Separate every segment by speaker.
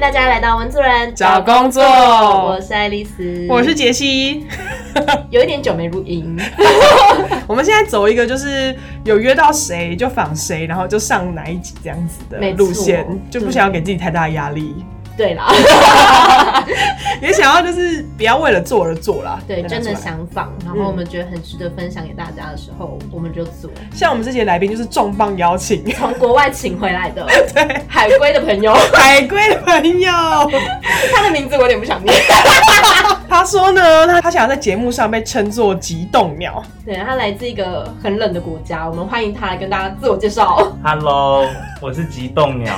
Speaker 1: 大家来到文主人
Speaker 2: 找工作
Speaker 1: 我是爱丽丝，
Speaker 2: 我是 杰西，
Speaker 1: 有一点久没录 音，
Speaker 2: 我们现在走一个就是有约到谁就访谁，然后就上哪一集这样子的
Speaker 1: 没错
Speaker 2: 路线，就不想要给自己太大的压力，
Speaker 1: 对 啦，
Speaker 2: 也想要就是不要为了做而做啦。
Speaker 1: 对，
Speaker 2: 拿
Speaker 1: 真
Speaker 2: 出
Speaker 1: 的
Speaker 2: 来
Speaker 1: 想访，然后我们觉得很值得分享给大家的时候，我们就做，
Speaker 2: 像我们这些来宾就是重磅邀请
Speaker 1: 从国外请回来 的
Speaker 2: 对
Speaker 1: 海归的朋友，
Speaker 2: 海归的朋友，
Speaker 1: 他的名字我有点不想念，
Speaker 2: 他说呢，他他想要在节目上被称作极冻鸟，
Speaker 1: 对，他来自一个很冷的国家，我们欢迎他来跟大家自我介绍，
Speaker 3: Hello，我是极冻鸟。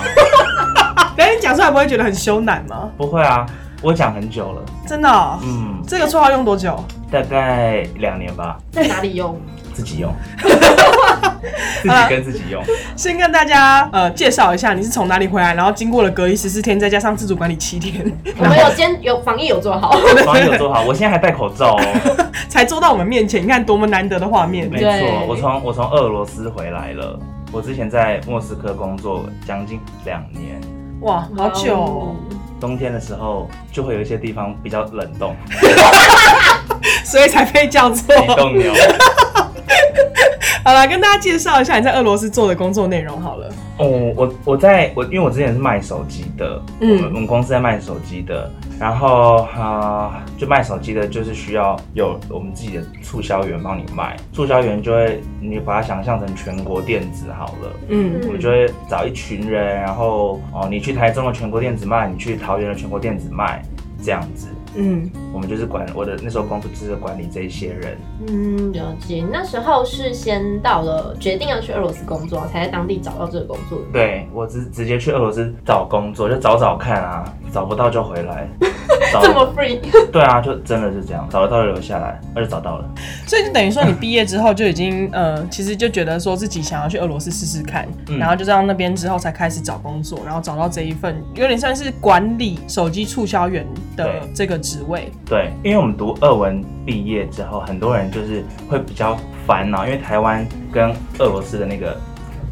Speaker 2: 等你讲出来不会觉得很羞赧吗？
Speaker 3: 不会啊，我讲很久了，
Speaker 2: 真的哦、
Speaker 3: 嗯，
Speaker 2: 这个绰号用多久？
Speaker 3: 大概两年吧，
Speaker 1: 在哪里 用？
Speaker 3: 自己用，自己跟自己用。
Speaker 2: 先跟大家呃介绍一下，你是从哪里回来，然后经过了隔离十四天，再加上自主管理七天，
Speaker 1: 我们有先有防疫有做 好，
Speaker 3: 网友多好，我现在还戴口罩哦。
Speaker 2: 才坐到我们面前，你看多么难得的画面。
Speaker 3: 没错，我从我从俄罗斯回来了。我之前在莫斯科工作将近两年，
Speaker 2: 哇，好久、哦，
Speaker 3: 冬天的时候就会有一些地方比较冷冻，
Speaker 2: 所以才被叫做。
Speaker 3: 极冻鸟。
Speaker 2: 好了，跟大家介绍一下你在俄罗斯做的工作内容好了。
Speaker 3: 哦，我我在我因为我之前是卖手机的，
Speaker 2: 嗯
Speaker 3: 我们我们公司在卖手机的，然后啊、呃就卖手机的，就是需要有我们自己的促销员帮你卖，促销员就会你把它想象成全国电子好了。
Speaker 2: 嗯
Speaker 3: 我们就会找一群人，然后哦，你去台中的全国电子卖，你去桃园的全国电子卖，这样子，
Speaker 2: 嗯，
Speaker 3: 我们就是管我的那时候工作就是管理这一些人，
Speaker 1: 嗯，了解。那时候是先到了决定要去俄罗斯工作，才在当地找到这个工作的。
Speaker 3: 对我直直接去俄罗斯找工作，就找找看啊，找不到就 回来。找
Speaker 1: 这么 free，
Speaker 3: 对啊，就真的是这样，找得到就留下来，那就找到了。
Speaker 2: 所以就等于说你毕业之后就已经呃，其实就觉得说自己想要去俄罗斯试试看，
Speaker 3: 嗯
Speaker 2: 然后就到那边之后才开始找工作，然后找到这一份有点算是管理手机促销员的
Speaker 3: 对
Speaker 2: 这个职位。
Speaker 3: 对，因为我们读俄文毕业之后，很多人就是会比较烦恼，因为台湾跟俄罗斯的那个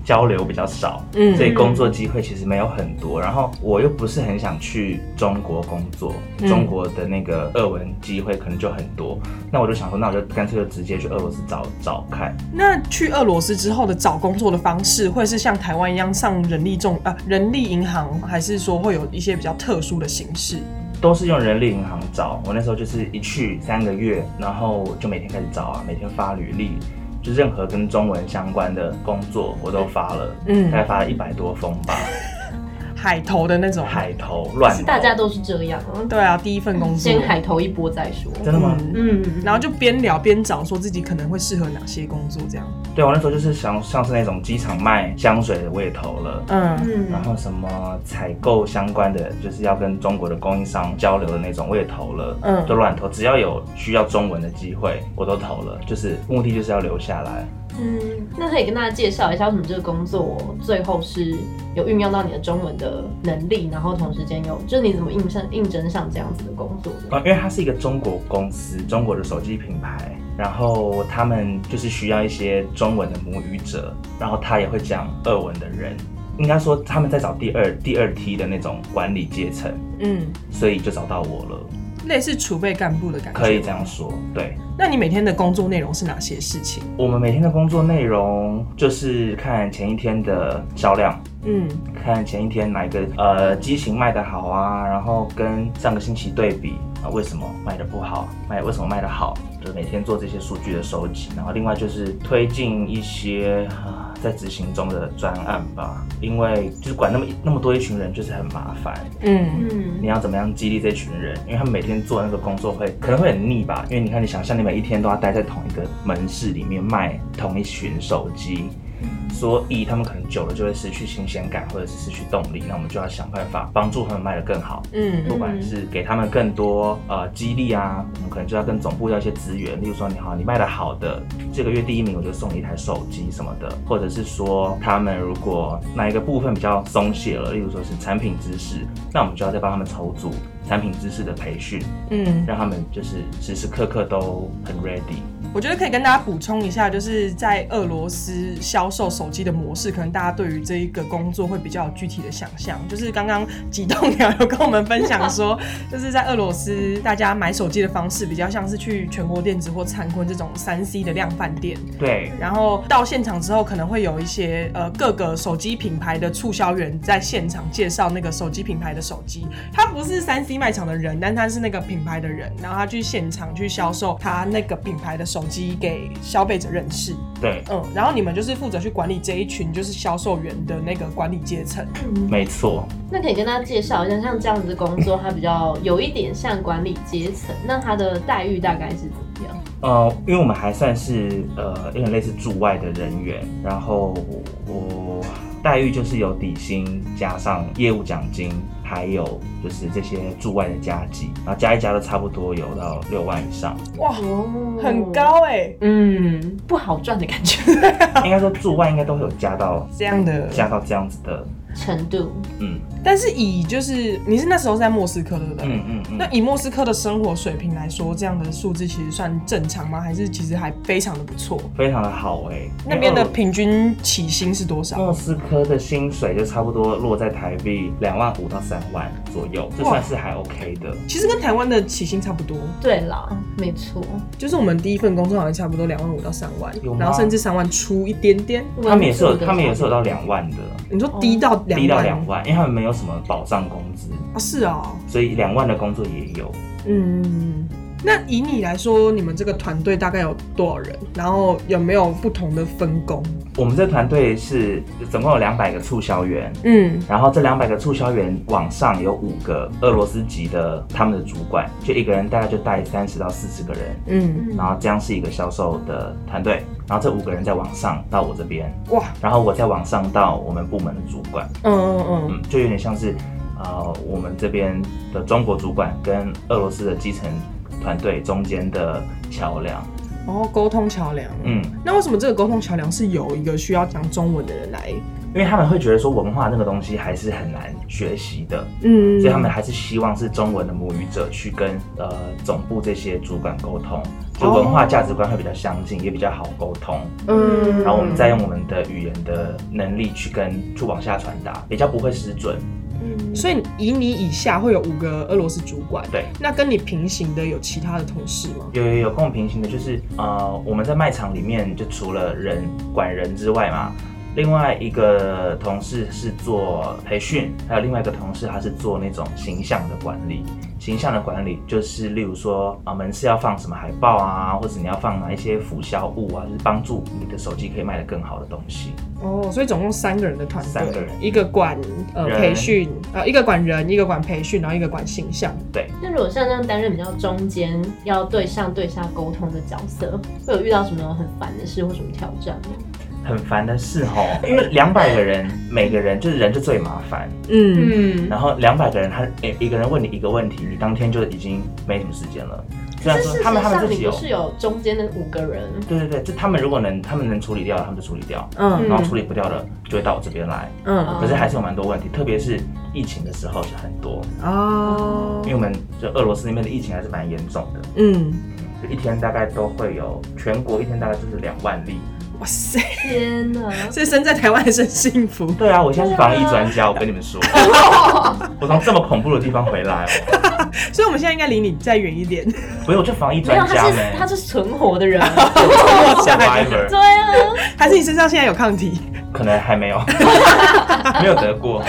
Speaker 3: 交流比较少，
Speaker 2: 嗯
Speaker 3: 所以工作机会其实没有很多。然后我又不是很想去中国工作，
Speaker 2: 嗯
Speaker 3: 中国的那个俄文机会可能就很多。那我就想说，那我就干脆就直接去俄罗斯找找看。
Speaker 2: 那去俄罗斯之后的找工作的方式，会是像台湾一样上人力重啊人力银行，还是说会有一些比较特殊的形式？
Speaker 3: 都是用人力银行找。我那时候就是一去三个月，然后就每天开始找啊，每天发履历，就任何跟中文相关的工作我都发了，
Speaker 2: 嗯
Speaker 3: 大概发了一百多封吧，
Speaker 2: 海投的那种？
Speaker 3: 海投乱投，
Speaker 1: 大家嗯都是这样啊，
Speaker 2: 对啊，第一份工作。
Speaker 1: 先海投一波再说。
Speaker 3: 真的吗？
Speaker 2: 嗯
Speaker 1: 嗯，
Speaker 2: 然后就边聊边找，说自己可能会适合哪些工作，这样。
Speaker 3: 对我那时候就是想像是那种机场卖香水的我也投了。
Speaker 2: 嗯，
Speaker 1: 嗯，
Speaker 3: 然后什么采购相关的，就是要跟中国的供应商交流的那种，我也投了，
Speaker 2: 嗯
Speaker 3: 就乱投，只要有需要中文的机会，我都投了，就是目的就是要留下来。
Speaker 1: 嗯，那可以跟大家介绍一下，为什么这个工作最后是有运用到你的中文的能力，然后同时间有，就是你怎么应征应征上这样子的工作的？
Speaker 3: 呃，因为它是一个中国公司，中国的手机品牌，然后他们就是需要一些中文的母语者，然后他也会讲俄文的人，应该说他们在找第二第二梯的那种管理阶层，
Speaker 2: 嗯，
Speaker 3: 所以就找到我了，
Speaker 2: 类似储备干部的感觉。
Speaker 3: 可以这样说。对
Speaker 2: 那你每天的工作内容是哪些事情？
Speaker 3: 我们每天的工作内容就是看前一天的销量，
Speaker 2: 嗯
Speaker 3: 看前一天哪一个呃机型卖得好啊，然后跟上个星期对比啊，为什么卖得不好，卖为什么卖得好，就是每天做这些数据的收集，然后另外就是推进一些啊、在执行中的专案吧，因为就是管那么一那么多一群人就是很麻烦，
Speaker 2: 嗯
Speaker 1: 嗯
Speaker 3: 你要怎么样激励这群人？因为他们每天做那个工作会可能会很腻吧，因为你看，你想象你每一天都要待在同一个门市里面卖同一群手机，所以他们可能久了就会失去新鲜感，或者是失去动力。那我们就要想办法帮助他们卖得更好。
Speaker 2: 嗯
Speaker 3: 不管是给他们更多呃激励啊，我们可能就要跟总部要一些资源，例如说你好，你卖的好的，这个月第一名我就送你一台手机什么的，或者是说他们如果哪一个部分比较松懈了，例如说是产品知识，那我们就要再帮他们筹组产品知识的培训，
Speaker 2: 嗯，
Speaker 3: 让他们就是时时刻刻都很 ready。
Speaker 2: 我觉得可以跟大家补充一下，就是在俄罗斯销售手机的模式，可能大家对于这一个工作会比较有具体的想象。就是刚刚几栋鸟有跟我们分享说， 就是在俄罗斯大家买手机的方式比较像是去全国电子或灿坤这种三 C 的量贩店，
Speaker 3: 对，
Speaker 2: 然后到现场之后，可能会有一些呃各个手机品牌的促销员在现场介绍那个手机品牌的手机。他不是三 C 卖场的人，但他是那个品牌的人，然后他去现场去销售他那个品牌的手机给消费者认识。
Speaker 3: 对，
Speaker 2: 嗯，然后你们就是负责去管理这一群就是销售员的那个管理阶层。
Speaker 3: 没错，
Speaker 1: 那可以跟大家介绍一下，像这样子的工作，它比较有一点像管理阶层，那它的待遇大概是怎么样？
Speaker 3: 呃，因为我们还算是呃有点类似驻外的人员，然后我待遇就是有底薪加上业务奖金，还有就是这些驻外的加级，然后加一加都差不多有到六万以 上。
Speaker 2: 哇，
Speaker 1: 哦
Speaker 2: 很，高哎、
Speaker 1: 嗯，不好赚的感觉
Speaker 3: 应该说驻外应该都会有加到
Speaker 2: 这样的。
Speaker 3: 加到这样子的，
Speaker 1: 程度。
Speaker 3: 嗯
Speaker 2: 但是以就是你是那时候是在莫斯科对不对？
Speaker 3: 嗯嗯
Speaker 2: 那
Speaker 3: 嗯，
Speaker 2: 以莫斯科的生活水平来说，这样的数字其实算正常吗？还是其实还非常的不错？
Speaker 3: 非常的好哎、
Speaker 2: 那边的
Speaker 3: 因为
Speaker 2: 平均起薪是多少？
Speaker 3: 莫斯科的薪水就差不多落在台币两万五到三万左右，这算是还 OK 的。
Speaker 2: 其实跟台湾的起薪差不多，
Speaker 1: 对啦，没错，
Speaker 2: 就是我们第一份工作好像差不多两万五到三万
Speaker 3: 有，吗
Speaker 2: 然后甚至三万出一点点。
Speaker 3: 他们也是有，
Speaker 1: 稳住的
Speaker 3: 他们也是有到两万的，
Speaker 2: 你说低到两万？
Speaker 3: 低到两万，因为他们没有什么保障工资，
Speaker 2: 啊？是啊、
Speaker 3: 所以两万的工作也有。
Speaker 2: 嗯。那以你来说，你们这个团队大概有多少人？然后有没有不同的分工？
Speaker 3: 我们这团队是总共有两百个促销员，
Speaker 2: 嗯，
Speaker 3: 然后这两百个促销员往上有五个俄罗斯籍的他们的主管，就一个人大概就带三十到四十个人，
Speaker 2: 嗯，
Speaker 1: 嗯
Speaker 3: 然后这样是一个销售的团队，然后这五个人再往上到我这边，
Speaker 2: 哇，
Speaker 3: 然后我再往上到我们部门的主管，
Speaker 2: 嗯嗯嗯，
Speaker 3: 嗯，就有点像是呃我们这边的中国主管跟俄罗斯的基层团队中间的桥梁，
Speaker 2: 然后哦沟通桥梁，啊
Speaker 3: 嗯，
Speaker 2: 那为什么这个沟通桥梁是由一个需要讲中文的人来？
Speaker 3: 因为他们会觉得说文化那个东西还是很难学习的，
Speaker 2: 嗯
Speaker 3: 所以他们还是希望是中文的母语者去跟呃总部这些主管沟通，就文化价值观会比较相近，也比较好沟通。
Speaker 1: 嗯
Speaker 3: 然后我们再用我们的语言的能力去跟去往下传达，比较不会失准。
Speaker 1: 嗯
Speaker 2: 所以以你以下会有五个俄罗斯主管，
Speaker 3: 对，
Speaker 2: 那跟你平行的有其他的同事吗？
Speaker 3: 有有有共平行的，就是呃我们在卖场里面就除了人管人之外嘛。另外一个同事是做培训，还有另外一个同事他是做那种形象的管理。形象的管理就是，例如说啊，门市要放什么海报啊，或者你要放哪一些辅销物啊，就是帮助你的手机可以卖得更好的东西。
Speaker 2: 哦，所以总共三个人的团
Speaker 3: 三个
Speaker 2: 队
Speaker 3: 人，
Speaker 2: 一个管呃
Speaker 3: 人
Speaker 2: 培训，呃一个管人，一个管培训，然后一个管形象。
Speaker 1: 那如果像这样担任比较中间要对上对下沟通的角色，会有遇到什么很烦的事或什么挑战吗？
Speaker 3: 很烦的是吼，因为两百个人，每个人就是人就最麻烦。
Speaker 2: 嗯，
Speaker 1: 嗯，
Speaker 3: 然后两百个人，他诶一个人问你一个问题，你当天就已经没什么时间了。虽
Speaker 1: 但是
Speaker 3: 然
Speaker 1: 事
Speaker 3: 说
Speaker 1: 实
Speaker 3: 他们他们
Speaker 1: 上
Speaker 3: 自
Speaker 1: 你
Speaker 3: 己有
Speaker 1: 不，是有中间的五个人，
Speaker 3: 对对对，就他们如果能他们能处理掉，他们就处理掉，
Speaker 2: 嗯
Speaker 3: 然后处理不掉的就会到我这边来。
Speaker 2: 嗯
Speaker 3: 可是还是有蛮多问题，特别是疫情的时候就很多，
Speaker 2: 哦
Speaker 3: 因为我们就俄罗斯那边的疫情还是蛮严重的，
Speaker 2: 嗯，
Speaker 3: 就一天大概都会有全国一天大概就是两万例。
Speaker 2: 哇塞，
Speaker 1: 天哪！
Speaker 2: 所以身在台湾还是很幸福。
Speaker 3: 对啊，我现在是防疫专家，我跟你们说，
Speaker 1: 啊
Speaker 3: 我从这么恐怖的地方回来哦，
Speaker 2: 所以我们现在应该离你再远一点，
Speaker 3: 不是我就防疫
Speaker 1: 没
Speaker 3: 专
Speaker 1: 有，
Speaker 3: 家
Speaker 1: 他是他
Speaker 3: 呢。
Speaker 1: 是存活 的人，
Speaker 2: 活下来。
Speaker 3: Survivor
Speaker 1: 对啊，
Speaker 2: 还是你身上现在有抗体？
Speaker 3: 可能还 没有，没有得过。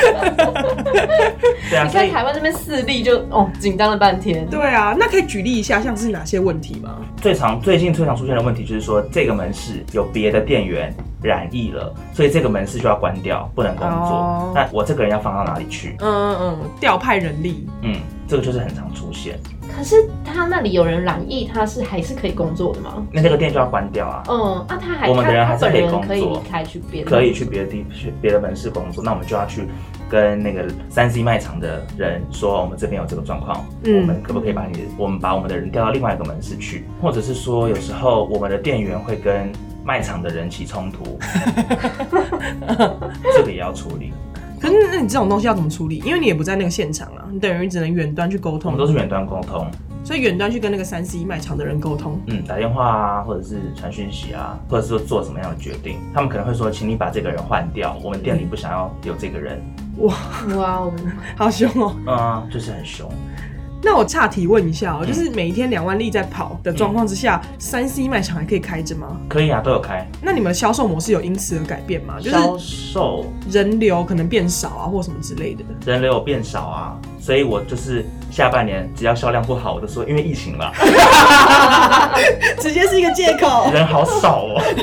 Speaker 3: 对啊，
Speaker 1: 你
Speaker 3: 所
Speaker 1: 看
Speaker 3: 以
Speaker 1: 台湾那边四例就哦紧张了半天，
Speaker 2: 对啊，那可以举例一下，像是哪些问题吗？
Speaker 3: 最常最近最常出现的问题就是说，这个门市有别的店员染疫了，所以这个门市就要关掉，不能工
Speaker 2: 哦
Speaker 3: 作。那我这个人要放到哪里去？
Speaker 2: 嗯嗯嗯，调派人力。
Speaker 3: 嗯，这个就是很常出现。
Speaker 1: 可是他那里有人染疫，他是还是可以工作的吗？
Speaker 3: 那这个店就要关掉啊，
Speaker 1: 嗯，那、他还
Speaker 3: 我们的人
Speaker 1: 他
Speaker 3: 还
Speaker 1: 他本
Speaker 3: 是可以
Speaker 1: 人
Speaker 3: 工
Speaker 1: 可以离
Speaker 3: 作
Speaker 1: 开去别的
Speaker 3: 可以去别的地去别的门市工作。那我们就要去跟那个三 C 卖场的人说，哦我们这边有这个状况，
Speaker 2: 嗯
Speaker 3: 我们可不可以把你的我们把我们的人调到另外一个门市去？或者是说，有时候我们的店员会跟卖场的人起 冲突，这个也要处理。
Speaker 2: 可是那你这种东西要怎么处理？因为你也不在那个现场啊，你等于只能远端去沟
Speaker 3: 我
Speaker 2: 通
Speaker 3: 们。都是远端沟通，
Speaker 2: 所以远端去跟那个三 C 卖场的人沟通。
Speaker 3: 嗯，打电话啊，或者是传讯息啊，或者是说做什么样的决定，他们可能会说，请你把这个人换掉，我们店里不想要有这个人，
Speaker 1: 哇哦，
Speaker 2: 好凶哦！
Speaker 3: 嗯，就是很凶。
Speaker 2: 那我岔提问一下
Speaker 3: 嗯
Speaker 2: 哦，就是每一天两万例在跑的状况之下，三 C 卖场还可以开着吗？
Speaker 3: 可以啊，都有开，
Speaker 2: 那你们销售模式有因此而改变吗？啊就是
Speaker 3: 销售
Speaker 2: 人流可能变少啊，或什么之 类的。
Speaker 3: 人流有变少啊，所以我就是下半年只要销量不好，我就说因为疫情啦，
Speaker 2: 直接是一个借口。
Speaker 3: 人好少哦。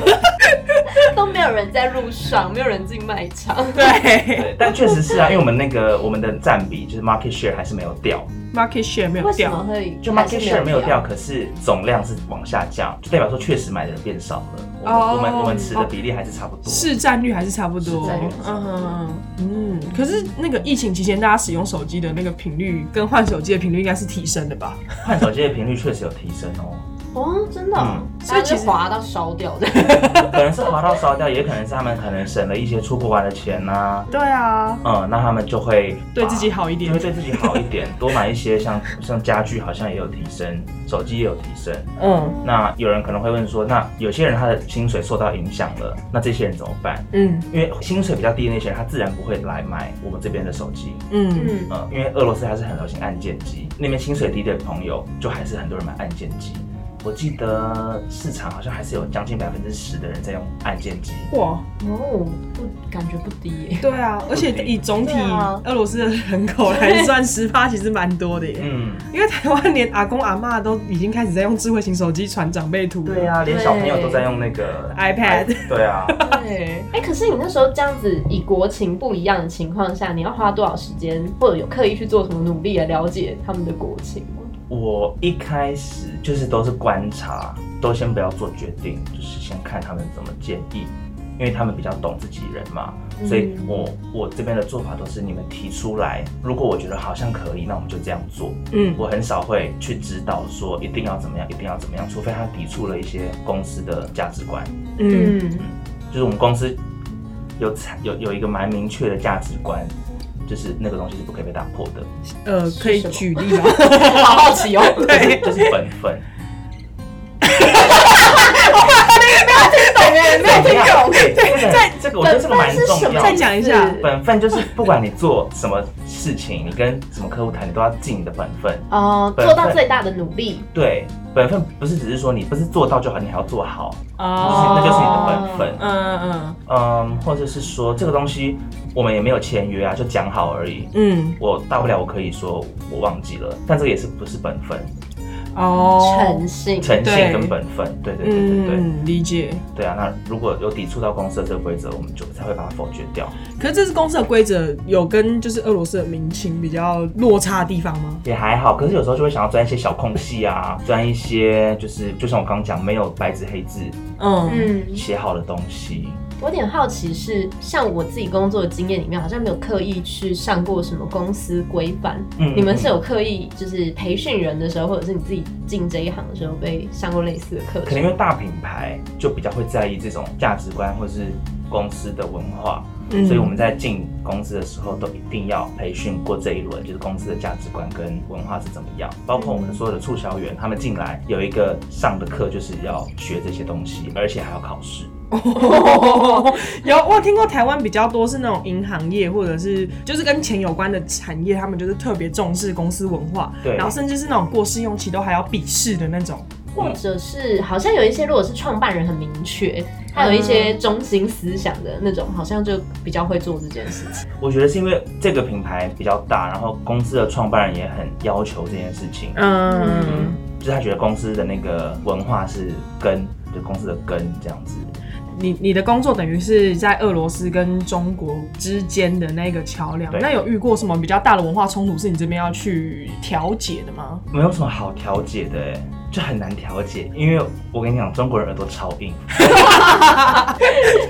Speaker 1: 都没有人在路上，没有人进卖场。
Speaker 2: 对
Speaker 3: 对，但确实是啊，因为我们那个我们的占比就是 market share 还是没有掉，
Speaker 2: ，market share 没有
Speaker 1: 为什
Speaker 2: 掉
Speaker 1: 么。会
Speaker 3: 就
Speaker 1: 还是
Speaker 3: market share 没有掉，？可是总量是往下降，就代表说确实买的人变少了。我们、
Speaker 2: 哦
Speaker 3: 我们我们持的比例还是差不多。
Speaker 2: 市占率还是差不
Speaker 3: 市
Speaker 2: 多，
Speaker 3: 占率
Speaker 2: 嗯
Speaker 3: 还是差不多
Speaker 2: 嗯嗯，嗯可是那个疫情期间，大家使用手机的那个频率跟换手机的频率应该是提升的吧？
Speaker 3: 换手机的频率确实有提升哦，
Speaker 1: 哦，真的哦，
Speaker 2: 所以
Speaker 1: 大
Speaker 2: 其
Speaker 1: 家
Speaker 2: 实
Speaker 1: 就滑到烧 掉的。
Speaker 3: 可能是滑到烧掉，也可能是他们可能省了一些出国玩的钱呐、
Speaker 2: 对啊，
Speaker 3: 嗯，那他们就会
Speaker 2: 对
Speaker 3: 把
Speaker 2: 自己好一点
Speaker 3: 就会。对自己好一 点，多买一些像像家具好像也有提升，手机也有提升。
Speaker 2: 嗯
Speaker 3: 那有人可能会问说，那有些人他的薪水受到影响了，那这些人怎么办？
Speaker 2: 嗯
Speaker 3: 因为薪水比较低的那些人，他自然不会来买我们这边的手机。
Speaker 2: 嗯，
Speaker 1: 嗯，
Speaker 3: 呃，因为俄罗斯还是很流行按键机，那边薪水低的朋友就还是很多人买按键机。我记得市场好像还是有将近百分之十的人在用按键机。
Speaker 2: 哇，
Speaker 1: 哦，不，感觉不低耶。
Speaker 2: 嗯对啊，而且以总体
Speaker 1: 对啊
Speaker 2: 俄罗斯的人口来算，十八其实蛮多的耶。
Speaker 3: 嗯，
Speaker 2: 因为台湾连阿公阿嬷都已经开始在用智慧型手机传长辈图了。
Speaker 3: 对啊，连小朋友都在用那个
Speaker 2: iPad
Speaker 3: 对啊，
Speaker 1: 对，哎，可是你那时候这样子，以国情不一样的情况下，你要花多少时间，或者有刻意去做什么努力来了解他们的国情吗？
Speaker 3: 我一开始就是都是观察，都先不要做决定，就是先看他们怎么建议，因为他们比较懂自己人嘛，
Speaker 1: 嗯
Speaker 3: 所以我我这边的做法都是你们提出来，如果我觉得好像可以，那我们就这样做。
Speaker 2: 嗯
Speaker 3: 我很少会去指导说一定要怎么样，一定要怎么样，除非他抵触了一些公司的价值观。
Speaker 2: 嗯，
Speaker 3: 就是我们公司有产有有一个蛮明确的价值观，就是那个东西是不可以被打破的，
Speaker 2: 呃，可以
Speaker 1: 是什么
Speaker 2: 举例吗？
Speaker 1: 我 好好奇哦。
Speaker 3: 就是就是本分。
Speaker 1: 懂哎， 没有
Speaker 3: 对，
Speaker 1: 听懂。
Speaker 3: 在这个我觉得这个蛮重
Speaker 1: 本分是什
Speaker 3: 要
Speaker 1: 么
Speaker 2: 再
Speaker 3: 的。
Speaker 2: 讲一下
Speaker 3: 本分就是不管你做什么事情，你跟什么客户谈，你都要尽你的本分。
Speaker 1: 哦，
Speaker 3: 本分
Speaker 1: 做到最大的努力。
Speaker 3: 对，本分不是只是说你不是做到就好，你还要做好，
Speaker 2: 哦
Speaker 3: 那就是你的本分。
Speaker 2: 嗯嗯
Speaker 3: 嗯，或者是说这个东西我们也没有签约啊，就讲好而已。
Speaker 2: 嗯，
Speaker 3: 我大不了我可以说我忘记了，但这个也是不是本分，
Speaker 2: 哦，
Speaker 1: 诚信，
Speaker 3: 诚
Speaker 2: 对
Speaker 3: 信跟本分，对对对对对、
Speaker 2: 嗯，理解。
Speaker 3: 对啊。那如果有抵触到公司的这个规则，我们就才会把它否决掉。
Speaker 2: 可是这是公司的规则，有跟就是俄罗斯的民情比较落差的地方吗？
Speaker 3: 也还好，可是有时候就会想要钻一些小空隙啊，钻一些就是就像我刚刚讲没有白纸黑字
Speaker 2: 嗯
Speaker 1: 嗯，
Speaker 3: 写好的东西。
Speaker 1: 我有点好奇是，像我自己工作的经验里面，好像没有刻意去上过什么公司规范。
Speaker 3: 嗯
Speaker 1: 你们是有刻意就是培训人的时候，或者是你自己进这一行的时候，被上过类似的课
Speaker 3: 可能
Speaker 1: 程？
Speaker 3: 因为大品牌就比较会在意这种价值观或是公司的文化，
Speaker 2: 嗯
Speaker 3: 所以我们在进公司的时候都一定要培训过这一轮，就是公司的价值观跟文化是怎么样。包括我们所有的促销
Speaker 1: 嗯
Speaker 3: 员，他们进来有一个上的课就是要学这些东西，而且还要考试。
Speaker 2: 有我有听过台湾比较多是那种银行业或者是就是跟钱有关的产业，他们就是特别重视公司文化，
Speaker 3: 对
Speaker 2: 然后甚至是那种过试用期都还要笔试的那种。
Speaker 1: 或者是好像有一些，如果是创办人很明确，他有一些
Speaker 3: 嗯
Speaker 1: 中心思想的那种，好像就比较会做这件事情。
Speaker 3: 我觉得是因为这个品牌比较大，然后公司的创办人也很要求这件事情，
Speaker 2: 嗯，
Speaker 3: 就是他觉得公司的那个文化是根，就公司的根这样子。
Speaker 2: 你你的工作等于是在俄罗斯跟中国之间的那个桥梁。
Speaker 3: 对
Speaker 2: 那有遇过什么比较大的文化冲突是你这边要去调解的吗？
Speaker 3: 没有什么好调解的、欸，就很难调解，因为我跟你讲，中国人耳朵超硬，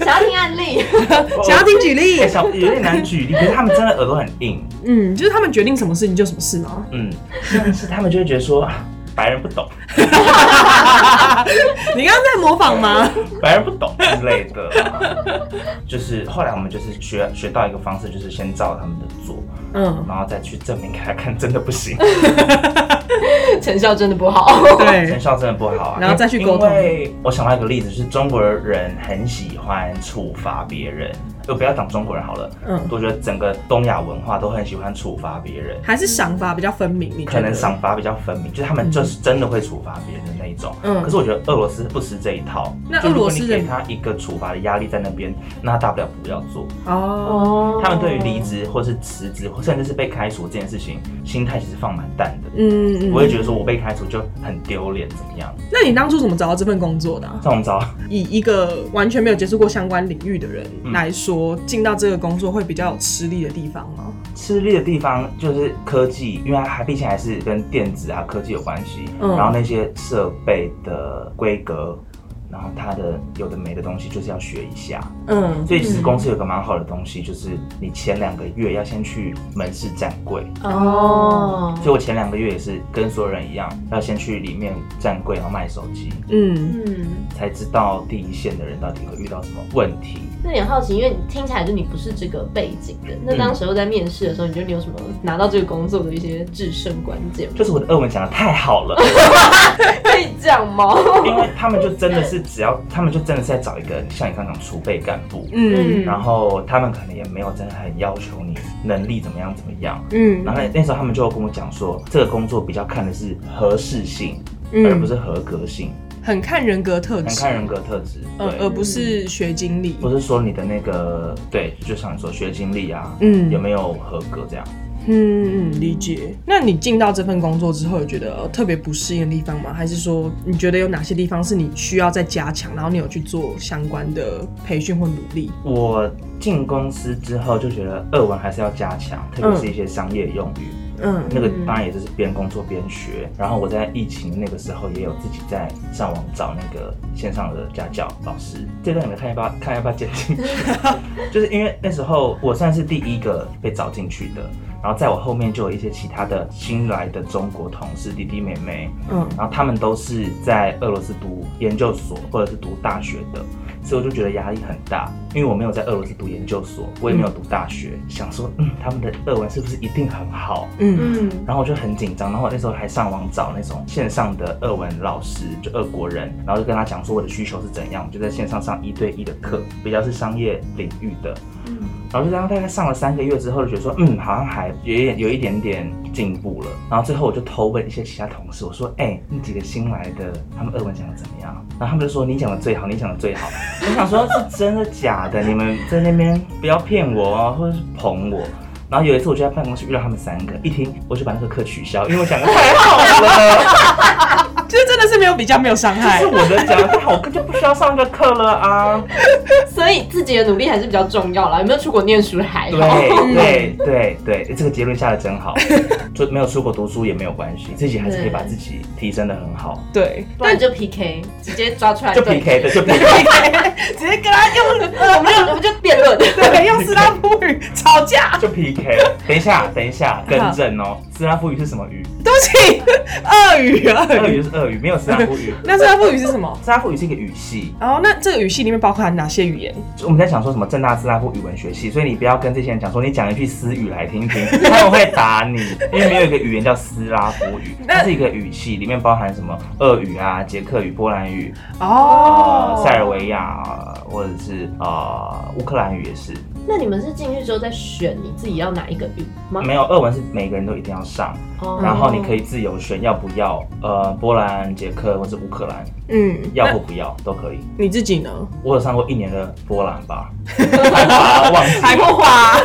Speaker 1: 想要听案例，
Speaker 2: 想要听举例
Speaker 3: 也？小有点难举例，可是他们真的耳朵很硬，
Speaker 2: 嗯，就是他们决定什么事情就什么事吗？
Speaker 3: 嗯，但是他们就会觉得说，啊白人不懂，
Speaker 2: 你刚刚在模仿 吗？
Speaker 3: 白人不懂之类的啊。就是后来我们就是学学到一个方式，就是先照他们的做，
Speaker 2: 嗯，
Speaker 3: 然后再去证明给他看，真的不行，
Speaker 1: 成效真的不好。
Speaker 3: 成
Speaker 2: 对，
Speaker 3: 效真的不好啊。
Speaker 2: 然后再去沟通
Speaker 3: 因为我想到一个例子，是中国人很喜欢处罚别人，就不要讲中国人好了，
Speaker 2: 嗯
Speaker 3: 我觉得整个东亚文化都很喜欢处罚别人。
Speaker 2: 还是赏罚比较分明，你觉
Speaker 3: 可
Speaker 2: 得
Speaker 3: 能赏罚比较分明，就是他们就是真的会处罚别人的那一种。
Speaker 2: 嗯
Speaker 3: 可是我觉得俄罗斯不吃这一套。
Speaker 2: 那
Speaker 3: 就
Speaker 2: 俄
Speaker 3: 如
Speaker 2: 罗
Speaker 3: 果
Speaker 2: 斯
Speaker 3: 你
Speaker 2: 人
Speaker 3: 给他一个处罚的压力在那边，那他大不了不要做。
Speaker 2: 哦，
Speaker 1: 哦
Speaker 3: 他们对于离职或是辞职，甚至是被开除这件事情，心态其实放蛮淡的。
Speaker 2: 嗯嗯
Speaker 3: 我也
Speaker 2: 嗯。
Speaker 3: 觉得说我被开除就很丢脸，怎么样？
Speaker 2: 那你当初怎么找到这份工作的啊、
Speaker 3: 这种招，
Speaker 2: 以一个完全没有接触过相关领域的人
Speaker 3: 嗯
Speaker 2: 来说，进到这个工作会比较有吃力的地方吗？
Speaker 3: 吃力的地方就是科技，因为它还毕竟还是跟电子啊科技有关系，
Speaker 2: 嗯
Speaker 3: 然后那些设备的规格，然后它的有的没的东西就是要学一下。
Speaker 2: 嗯，
Speaker 3: 所以其实公司有个蛮好的东西，就是你前两个月要先去门市站柜。
Speaker 1: 哦，
Speaker 3: 所以我前两个月也是跟所有人一样，要先去里面站柜，然后卖手机，
Speaker 2: 嗯，
Speaker 1: 嗯，
Speaker 3: 才知道第一线的人到底会遇到什么问题。
Speaker 1: 那你很好奇，因为你听起来就你不是这个背景的，
Speaker 3: 嗯
Speaker 1: 那当时候在面试的时候，你觉得你有什么拿到这个工作的一些制胜关键吗？
Speaker 3: 就是我的俄文讲的太好了，
Speaker 1: 可以这样吗？
Speaker 3: 因为他们就真的是只要，他们就真的是在找一个像你刚刚讲储备干部，
Speaker 2: 嗯
Speaker 1: 嗯
Speaker 3: 然后他们可能也没有真的很要求你能力怎么样怎么样。
Speaker 2: 嗯
Speaker 3: 然后那那时候他们就跟我讲说，这个工作比较看的是合适性，而
Speaker 2: 嗯，
Speaker 3: 不是合格性，
Speaker 2: 很看人格特
Speaker 3: 很
Speaker 2: 质，
Speaker 3: 看人格特质。
Speaker 2: 呃，
Speaker 3: 对。
Speaker 2: 而不是学经历。
Speaker 3: 不是说你的那个对，就像你说学经历啊，
Speaker 2: 嗯
Speaker 3: 有没有合格这样？
Speaker 2: 嗯，嗯理解。那你进到这份工作之后，有觉得呃特别不适应的地方吗？还是说你觉得有哪些地方是你需要再加强，然后你有去做相关的培训或努力？
Speaker 3: 我进公司之后就觉得俄文还是要加强，特别是一些商业用语，
Speaker 2: 嗯
Speaker 3: 那个
Speaker 1: 嗯
Speaker 3: 当然也就是边工作边学。然后我在疫情那个时候也有自己在上网找那个线上的家教老师，这段你们看要不要看要不要剪进去？就是因为那时候我算是第一个被找进去的，然后在我后面就有一些其他的新来的中国同事弟弟妹妹，
Speaker 2: 嗯
Speaker 3: 然后他们都是在俄罗斯读研究所或者是读大学的，所以我就觉得压力很大，因为我没有在俄罗斯读研究所，我也没有读大学，想说，嗯，他们的俄文是不是一定很好？
Speaker 2: 嗯
Speaker 1: 嗯
Speaker 3: 然后我就很紧张，然后我那时候还上网找那种线上的俄文老师，就俄国人，然后就跟他讲说我的需求是怎样，我就在线上上一对一的课，比较是商业领域的，然后就这样大概上了三个月之后，就觉得说，嗯，好像还有一点有一点点进步了。然后最后我就偷问一些其他同事，我说，哎、那几个新来的，他们俄文讲的怎么样？然后他们就说你讲的最好，你讲的最好。 我想说是真的假的？你们在那边不要骗我哦，或者是捧我。然后有一次我就在办公室遇到他们三个，一听我就把那个课取消，因为我讲的太好了，
Speaker 2: 其啊实真的是没有比较，没有伤害
Speaker 3: 是。我的讲的太好，我根本就不需要上这个课了啊。
Speaker 1: 所以自己的努力还是比较重要啦。有没有出国念书
Speaker 3: 哦
Speaker 1: 还好，
Speaker 3: 对对对对，这个结论下的真 好，就没有出国读书也没有关系，自己还是可以把自己提升的很好。
Speaker 2: 对，
Speaker 1: 不然你就 PK，直接抓出来
Speaker 3: 就
Speaker 1: 对
Speaker 3: PK 的，就 PK，
Speaker 2: 直接跟他用呃
Speaker 1: 我们就我们就辩论。
Speaker 2: 对用斯拉夫语吵架。
Speaker 3: 就 PK。等一下，等一下，更正哦，斯拉夫语是什么语？
Speaker 2: 对不起，俄语，
Speaker 3: 俄
Speaker 2: 俄语。
Speaker 3: 语就是俄语，没有斯拉夫 语。
Speaker 2: 那斯拉夫语是什么？
Speaker 3: 斯拉夫语是一个语系，
Speaker 2: 然哦后，那这个语系里面包含哪些语言？
Speaker 3: 就我们在想说什么正大斯拉夫语文学系，所以你不要跟这些人讲说你讲一句私语来听 听，他们会打你，因为没有一个语言叫斯拉夫语，它是一个语系，里面包含什么俄语啊、捷克语、波兰语、呃
Speaker 2: 哦，
Speaker 3: 塞尔维亚呃或者是呃乌克兰语也是，
Speaker 1: 那你们是进去之后再选你自己要哪一个语吗？
Speaker 3: 没有俄文是每个人都一定要上，
Speaker 1: 哦
Speaker 3: 然后你可以自由选要不要呃波兰、捷克或是乌克兰，
Speaker 2: 嗯，
Speaker 3: 要
Speaker 2: 那
Speaker 3: 或不要都可以。
Speaker 2: 你自己呢？
Speaker 3: 我有上过一年的波兰 吧，啊忘记
Speaker 2: 不滑，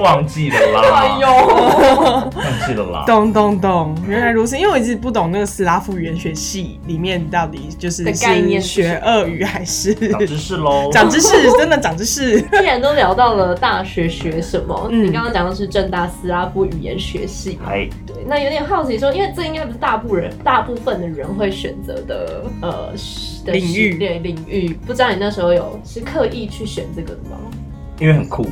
Speaker 3: 忘记了
Speaker 1: 哎
Speaker 3: 啦，
Speaker 1: 呦，
Speaker 3: 忘记了啦。
Speaker 2: 懂懂懂，原来如此。因为我一直不懂那个斯拉夫语言学系里面到底就是
Speaker 1: 的概念
Speaker 2: 是
Speaker 1: 是
Speaker 2: 学俄语还是
Speaker 3: 长 知识哦喽，
Speaker 2: 长知识，真的长知识。
Speaker 1: 既然都聊到了大学学什么，
Speaker 2: 嗯
Speaker 1: 你刚刚讲的是正大斯拉夫语言学系嘛？
Speaker 3: 哎，
Speaker 1: 对，那有点好奇说，因为这应该不是大部人大部分的人会选择的呃的
Speaker 2: 领域
Speaker 1: 对领域，不知道你那时候有是刻意去选这个的吗？
Speaker 3: 因为很酷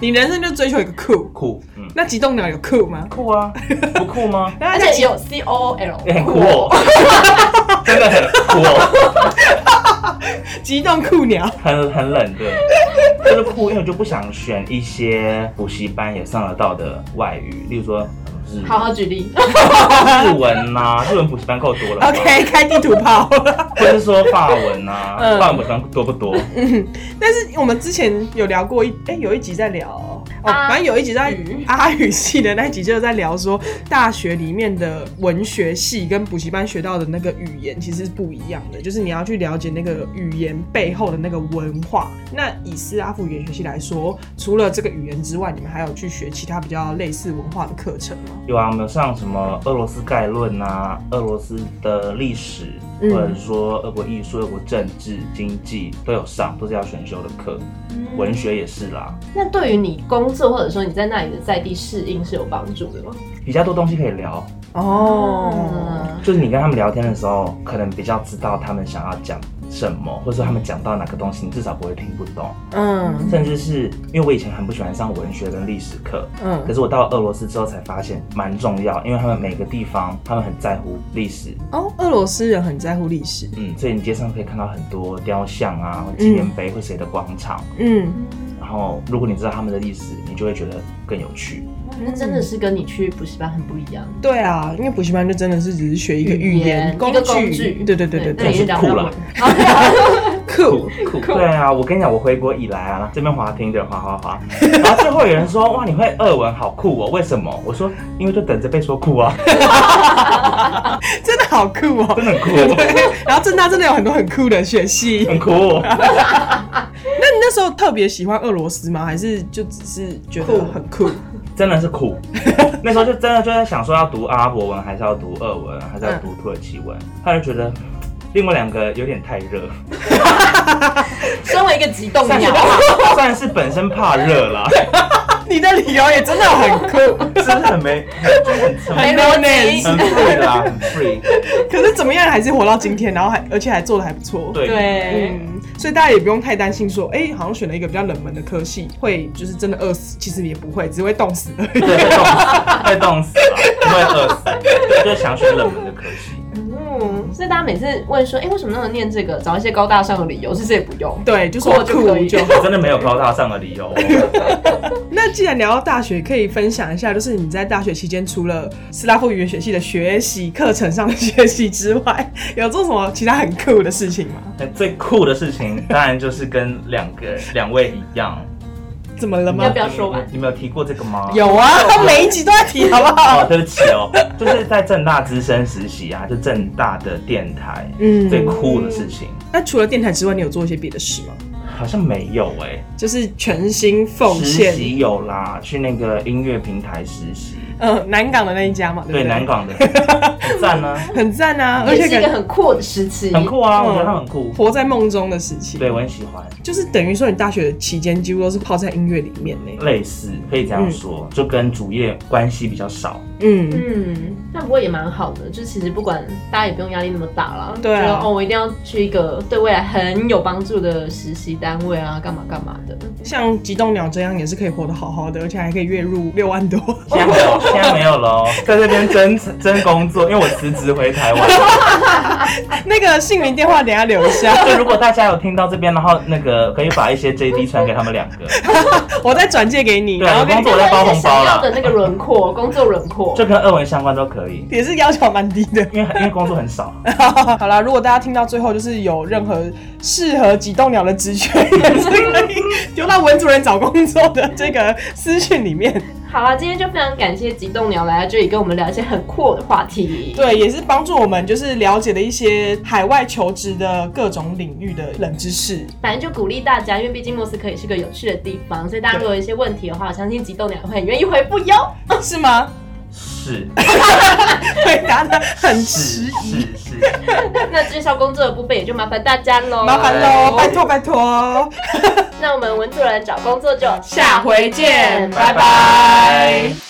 Speaker 2: 你人生就追求一个酷。
Speaker 3: 酷，嗯，
Speaker 2: 那极冻鸟有酷吗？
Speaker 3: 酷啊，不酷吗？
Speaker 1: 而且有 C O L，
Speaker 2: 哎
Speaker 3: 也很酷哦， 真的很酷哦，
Speaker 2: 极冻酷鸟，
Speaker 3: 很很冷对，就是酷，因为我就不想选一些补习班也上得到的外语，例如说日
Speaker 1: 好好举例，
Speaker 3: 日文呐、日文补习班够多了 吧
Speaker 2: OK，开地图炮。
Speaker 3: 或者是说法文呐、
Speaker 2: 嗯
Speaker 3: 法文补习班多不多？
Speaker 2: 但是我们之前有聊过一，哎、有一集在聊哦，
Speaker 1: 阿
Speaker 2: 反正有一集在
Speaker 1: 语
Speaker 2: 阿语系的那一集就在聊说，大学里面的文学系跟补习班学到的那个语言其实是不一样的，就是你要去了解那个语言背后的那个文化。那以斯拉夫语言学系来说，除了这个语言之外，你们还有去学其他比较类似文化的课程吗？
Speaker 3: 有啊，我们有上什么俄罗斯概论啊，俄罗斯的历史，或
Speaker 1: 嗯
Speaker 3: 者是说俄国艺术、俄国政治、经济都有上，都是要选修的课。文学也是啦，
Speaker 1: 那对于你工作或者说你在那里的在地适应是有帮助的吗？
Speaker 3: 比较多东西可以聊。
Speaker 2: 哦，
Speaker 1: 嗯
Speaker 3: 就是你跟他们聊天的时候，可能比较知道他们想要讲什么，或者说他们讲到哪个东西，你至少不会听不懂。
Speaker 2: 嗯
Speaker 3: 甚至是因为我以前很不喜欢上文学跟历史课，可
Speaker 2: 嗯，
Speaker 3: 是我到俄罗斯之后才发现蛮重要，因为他们每个地方他们很在乎历史，
Speaker 2: 哦，俄罗斯人很在乎历史，
Speaker 3: 嗯，所以你街上可以看到很多雕像啊、或纪念碑或谁的广场。
Speaker 2: 嗯。
Speaker 3: 然后，如果你知道他们的历史，你就会觉得更有趣。
Speaker 1: 那真的是跟你去补习班很不一样。
Speaker 2: 对啊，因为补习班就真的是只是学一个语
Speaker 1: 语言
Speaker 2: 言工
Speaker 1: 一个工具
Speaker 2: 对对对对
Speaker 1: 那也
Speaker 2: 对，
Speaker 1: 是聊聊
Speaker 3: 酷啦
Speaker 1: 文。哦
Speaker 2: 酷
Speaker 3: 酷对啊，我跟你讲，我回国以来啊，这边滑听的滑滑滑，然后最后有人说哇，你会俄文，好酷哦，为什么？我说因为就等着被说酷啊，
Speaker 2: 真的好酷 哦、
Speaker 3: 真的很酷 哦，
Speaker 2: 对，然后正大真的有很多很酷的学系。
Speaker 3: 很酷哦。
Speaker 2: 那你那时候特别喜欢俄罗斯吗？还是就只是觉得很酷？
Speaker 3: 真的是苦。那时候就真的就在想说，要读阿拉伯文，还是要读俄文，还是要读土耳其文？他就觉得另外两个有点太热，
Speaker 1: 身为一个极 冻
Speaker 3: 但是
Speaker 1: 鸟，
Speaker 3: 虽然是本身怕热啦，
Speaker 2: 你的理由也真的很 酷，
Speaker 3: 真的很没，就是很
Speaker 1: 没
Speaker 3: 很
Speaker 1: 逻辑
Speaker 2: no names
Speaker 3: 很 free 啦，很 free。
Speaker 2: 可是怎么样还是活到今天，然后还而且还做的还不错。。
Speaker 3: 对，
Speaker 1: 对，
Speaker 2: 嗯，所以大家也不用太担心说，哎、好像选了一个比较冷门的科系，会就是真的饿死，其实也不会，只会冻死而已。
Speaker 3: 对，会冻死， 会冻死啦，不会饿死，啊就是想选冷门的科系。
Speaker 1: 嗯，所以大家每次问说，哎，为什么那么念这个？找一些高大上的理由，其实也不用。
Speaker 2: 对，就说
Speaker 1: 过就
Speaker 2: 酷
Speaker 1: 可以
Speaker 2: 就好。
Speaker 3: 我真的没有高大上的理由哦，
Speaker 2: 那既然聊到大学，可以分享一下，就是你在大学期间除了斯拉夫语言学系的学习课程上的学习之外，有做什么其他很酷的事情吗？
Speaker 3: 最酷的事情当然就是跟两个两位一样，
Speaker 2: 怎么了
Speaker 1: 要
Speaker 2: 吗
Speaker 1: 不？要说完？
Speaker 3: 你们有提过这个吗？
Speaker 2: 有啊，他每一集都在 提，好不好？
Speaker 3: 哦，对不起哦，就是在正大资深实习啊，就正大的电台、最
Speaker 2: 嗯，
Speaker 3: 酷的事情，
Speaker 2: 那除了电台之外，你有做一些别的事吗？
Speaker 3: 好像没有哎、
Speaker 2: 就是全心奉
Speaker 3: 实
Speaker 2: 献，
Speaker 3: 习有啦，去那个音乐平台实习，
Speaker 2: 嗯、南港的那一家嘛，对不
Speaker 3: 对
Speaker 2: 对？
Speaker 3: 南 港的，很赞啊，
Speaker 2: 很赞啊，而
Speaker 1: 也是
Speaker 2: 且
Speaker 1: 一
Speaker 2: 感
Speaker 1: 个
Speaker 2: 觉
Speaker 1: 很酷的时期，
Speaker 3: 很酷啊，
Speaker 2: 嗯
Speaker 3: 我觉得它 很酷，
Speaker 2: 活在梦中的时期，
Speaker 3: 对我很喜欢，
Speaker 2: 就是等于说你大学期间几乎都是泡在音乐里面呢。
Speaker 3: 类似可以这样说，就跟主业关系比较少，
Speaker 2: 嗯，
Speaker 1: 嗯，那不过也蛮好的，就其实不管大家也不用压力那么大啦。
Speaker 2: 对啊
Speaker 1: 觉得哦，我一定要去一个对未来很有帮助的实习单位啊，干嘛干嘛的。
Speaker 2: 像极冻鸟这样也是可以活得好好的，而且还可以月入六万多。
Speaker 3: 现在没有，现在没有喽，哦 在这边真真工作，因为我辞职回台湾。
Speaker 2: 那个姓名电话等一下留 下，
Speaker 3: 就如果大家有听到这边，然后那个可以把一些 JD 传给他们两个，
Speaker 2: 我再转借给你，
Speaker 3: 对啊
Speaker 2: 然后跟
Speaker 3: 你工作我在包红包
Speaker 1: 想
Speaker 3: 啦
Speaker 1: 要的那个轮廓，工作轮廓。
Speaker 3: 就跟二文相关都可以。
Speaker 2: 也是要求蛮低的。
Speaker 3: 因为因为工作很少，
Speaker 2: 好啦，如果大家听到最后就是有任何适合极冻鸟的职缺，也是可以丢到文主任找工作的这个私讯里 面。
Speaker 1: 好啦，今天就非常感谢极冻鸟来到这里跟我们聊一些很酷的话题。
Speaker 2: 对，也是帮助我们就是了解了一些海外求职的各种领域的冷知识。
Speaker 1: 反正就鼓励大家，因为毕竟莫斯科也是个有趣的地方，所以大家如果有一些问题的话，我相信极冻鸟会很愿意回复哟。
Speaker 2: 是吗？
Speaker 3: 是
Speaker 2: 回答的很迟
Speaker 3: 是
Speaker 2: 疑，
Speaker 3: 是是，
Speaker 1: 那介绍工作的部分也就麻烦大家喽，
Speaker 2: 麻烦喽，拜。托拜托。
Speaker 1: 那我们文主人找工作就
Speaker 2: 下回见，
Speaker 1: 拜
Speaker 2: 拜拜